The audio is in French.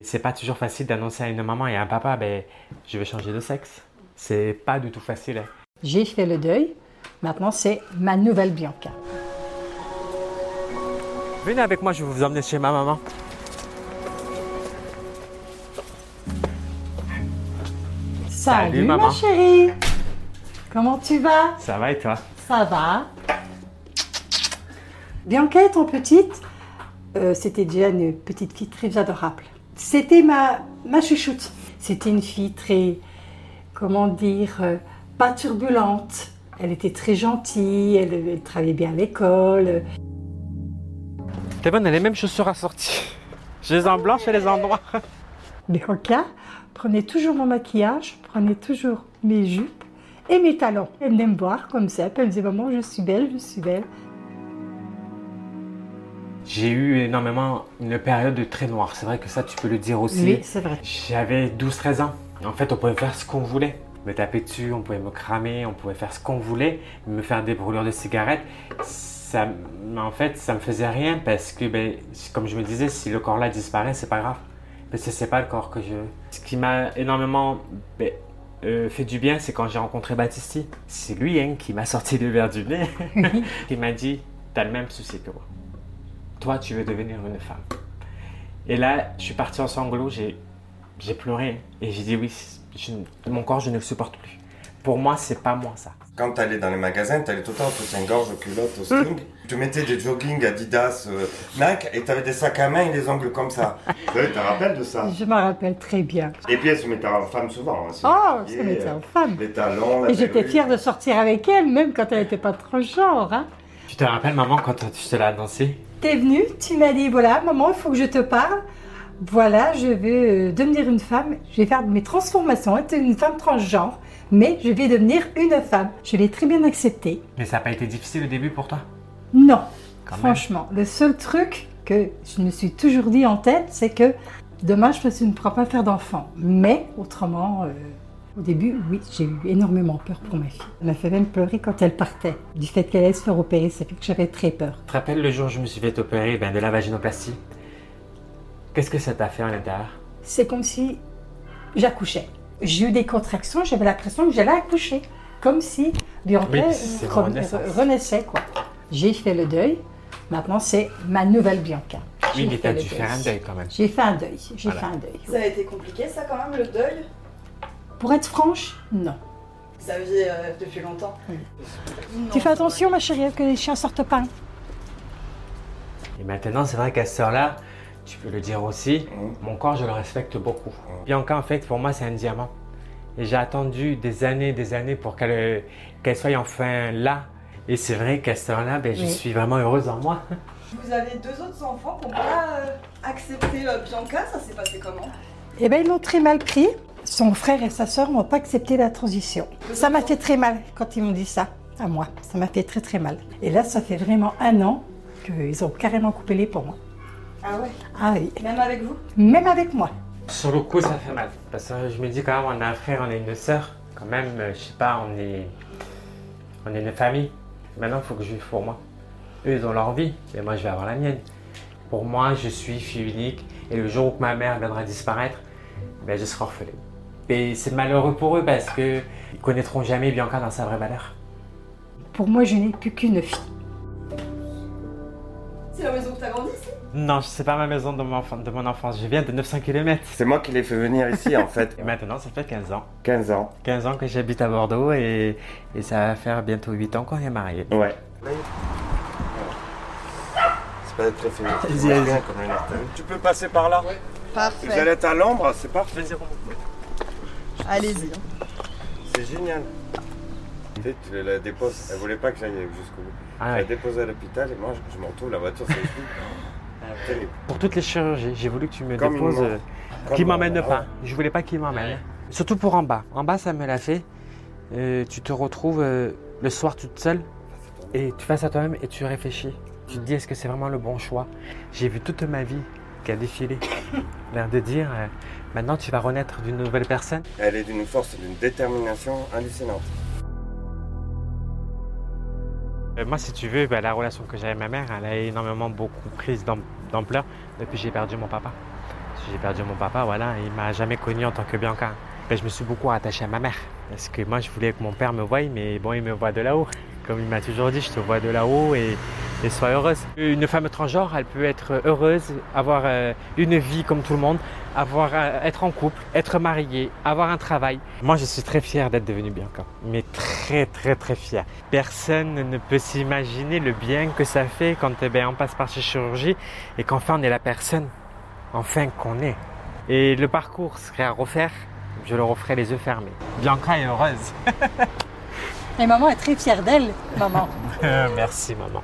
C'est pas toujours facile d'annoncer à une maman et à un papa, ben, je vais changer de sexe. C'est pas du tout facile. hein. J'ai fait le deuil. Maintenant, c'est ma nouvelle Bianca. Venez avec moi, je vais vous emmener chez ma maman. Salut, maman. ma chérie. Comment tu vas Ça va et toi Ça va. Bianca étant petite, euh, c'était déjà une petite fille très adorable. C'était ma, ma chouchoute. C'était une fille très, comment dire, euh, pas turbulente. Elle était très gentille, elle, elle travaillait bien à l'école. T'es bonne, elle a les mêmes chaussures assorties. Je les en blanc, je les en noir. Bianca prenait toujours mon maquillage, prenait toujours mes jupes et mes talons. Elle venait me voir comme ça, puis elle me disait Maman, je suis belle, je suis belle. J'ai eu énormément une période de très noire. C'est vrai que ça, tu peux le dire aussi. Oui, c'est vrai. J'avais 12-13 ans. En fait, on pouvait faire ce qu'on voulait. Me taper dessus, on pouvait me cramer, on pouvait faire ce qu'on voulait, me faire des brûlures de cigarettes. Ça, m- mais en fait, ça me faisait rien parce que, ben, c- comme je me disais, si le corps-là disparaît, c'est pas grave. Parce que c'est pas le corps que je. Ce qui m'a énormément ben, euh, fait du bien, c'est quand j'ai rencontré Baptisti. C'est lui hein, qui m'a sorti le verre du nez. Il m'a dit T'as le même souci que moi. Toi, tu veux devenir une femme. Et là, je suis parti en sanglots, j'ai, j'ai pleuré et j'ai dit oui, je- mon corps, je ne le supporte plus. Pour moi, c'est pas moi ça. Quand t'allais dans les magasins, t'allais tout le temps au soutien-gorge, aux culottes, aux strings. Tu mettais des joggings Adidas, euh, Nike, et t'avais des sacs à main et les ongles comme ça. Tu te rappelles de ça Je me rappelle très bien. Et puis elle se mettait en femme souvent. aussi. Oh, ça m'était en femme. Les talons, la Et j'étais perruque. fière de sortir avec elle, même quand elle n'était pas trop genre. hein. Tu te rappelles, maman, quand tu te l'as annoncé T'es venue, tu m'as dit Voilà, maman, il faut que je te parle. Voilà, je vais euh, devenir une femme. Je vais faire mes transformations, être une femme transgenre, mais je vais devenir une femme. Je l'ai très bien acceptée. Mais ça n'a pas été difficile au début pour toi Non, Quand même. Franchement, le seul truc que je me suis toujours dit en tête, c'est que demain, je ne pourrai pas faire d'enfant. Mais autrement, euh, au début, oui, j'ai eu énormément peur pour ma fille. Elle m'a fait même pleurer quand elle partait. Du fait qu'elle allait se faire opérer, ça fait que j'avais très peur. Tu te rappelles le jour où je me suis fait opérer ben, de la vaginoplastie Qu'est-ce que ça t'a fait à l'intérieur C'est comme si j'accouchais. J'ai eu des contractions, j'avais l'impression que j'allais accoucher. Comme si Bianca Oui, c'est re- renaissance. re- renaissait, quoi. J'ai fait le deuil. Maintenant, c'est ma nouvelle Bianca. Oui, J'ai mais fait t'as le dû faire un deuil quand même. J'ai fait un deuil. J'ai Voilà. fait un deuil. Ça a été compliqué ça quand même, le deuil Pour être franche, non. Vous saviez euh, depuis longtemps. Oui. Non, tu fais attention, ma chérie, que les chiens sortent pas. Et maintenant, c'est vrai qu'à cette heure-là, tu peux le dire aussi, Mhm. mon corps, je le respecte beaucoup. Mhm. Bianca, en fait, pour moi, c'est un diamant. Et j'ai attendu des années des années pour qu'elle euh, qu'elle soit enfin là. Et c'est vrai qu'à cette heure-là, ben, je Oui. suis vraiment heureuse en moi. Vous avez deux autres enfants qui n'ont pas euh, accepté euh, Bianca, ça s'est passé comment Eh bien, ils l'ont très mal pris. Son frère et sa sœur n'ont pas accepté la transition. Ça m'a fait très mal quand ils m'ont dit ça, à moi. Ça m'a fait très très mal. Et là, ça fait vraiment un an qu'ils ont carrément coupé les ponts. Ah ouais Ah oui, Même avec vous même avec moi. Sur le coup, ça fait mal. Parce que je me dis quand même, on a un frère, on est une sœur. Quand même, euh, je sais pas, on est, on est une famille. Maintenant, il faut que je vive pour moi. Eux, ils ont leur vie, mais moi, je vais avoir la mienne. Pour moi, je suis fille unique. Et le jour où ma mère viendra disparaître, ben, je serai orpheline. Et c'est malheureux pour eux parce qu'ils connaîtront jamais Bianca dans sa vraie valeur. Pour moi, je n'ai plus qu'une fille. C'est la maison où t'as grandi ici Non, je sais pas ma maison de mon, enfan- de mon enfance. Je viens de 900 km. C'est moi qui l'ai fait venir ici en fait, Et maintenant, ça fait 15 ans. 15 ans. 15 ans que j'habite à Bordeaux et, et ça va faire bientôt 8 ans qu'on est mariés. Ouais. C'est pas très féminin. comme le narthex. Tu peux passer par là Vous allez Parfait, être à l'ombre, c'est parfait. allez-y. C'est génial. Tu sais, tu la déposes, elle voulait pas que j'aille jusqu'au bout. Ah Elle ouais. l'a déposée à l'hôpital et moi je, je me retrouve, la voiture c'est Ah Terrible. Pour toutes les chirurgies, j'ai voulu que tu me Comme déposes. une euh, Comme, Qu'il m'emmène euh, pas. Je voulais pas qu'il m'emmène. Surtout pour en bas. En bas, ça me l'a fait. Euh, tu te retrouves euh, le soir toute seule et tu fasses à toi-même et tu réfléchis. Tu te dis est-ce que c'est vraiment le bon choix J'ai vu toute ma vie qui a défilé. L'air de dire euh, maintenant tu vas renaître d'une nouvelle personne. Elle est d'une force, d'une détermination hallucinante. Euh, Moi, si tu veux, bah, la relation que j'avais avec ma mère, elle a énormément beaucoup prise d'am- d'ampleur depuis que j'ai perdu mon papa. J'ai perdu mon papa, voilà, il m'a jamais connu en tant que Bianca. Ben, je me suis beaucoup attaché à ma mère. Parce que moi, je voulais que mon père me voie, mais bon, il me voit de là-haut. Comme il m'a toujours dit, je te vois de là-haut et, et sois heureuse. Une femme transgenre, elle peut être heureuse, avoir euh, une vie comme tout le monde, avoir, euh, être en couple, être mariée, avoir un travail. Moi, je suis très fier d'être devenue Bianca. Mais très, très, très fier. Personne ne peut s'imaginer le bien que ça fait quand eh ben, on passe par ces chirurgies et qu'enfin on est la personne, enfin qu'on est. Et le parcours serait à refaire, je le referais les yeux fermés. Bianca est heureuse. Et maman est très fière d'elle, maman. Merci maman.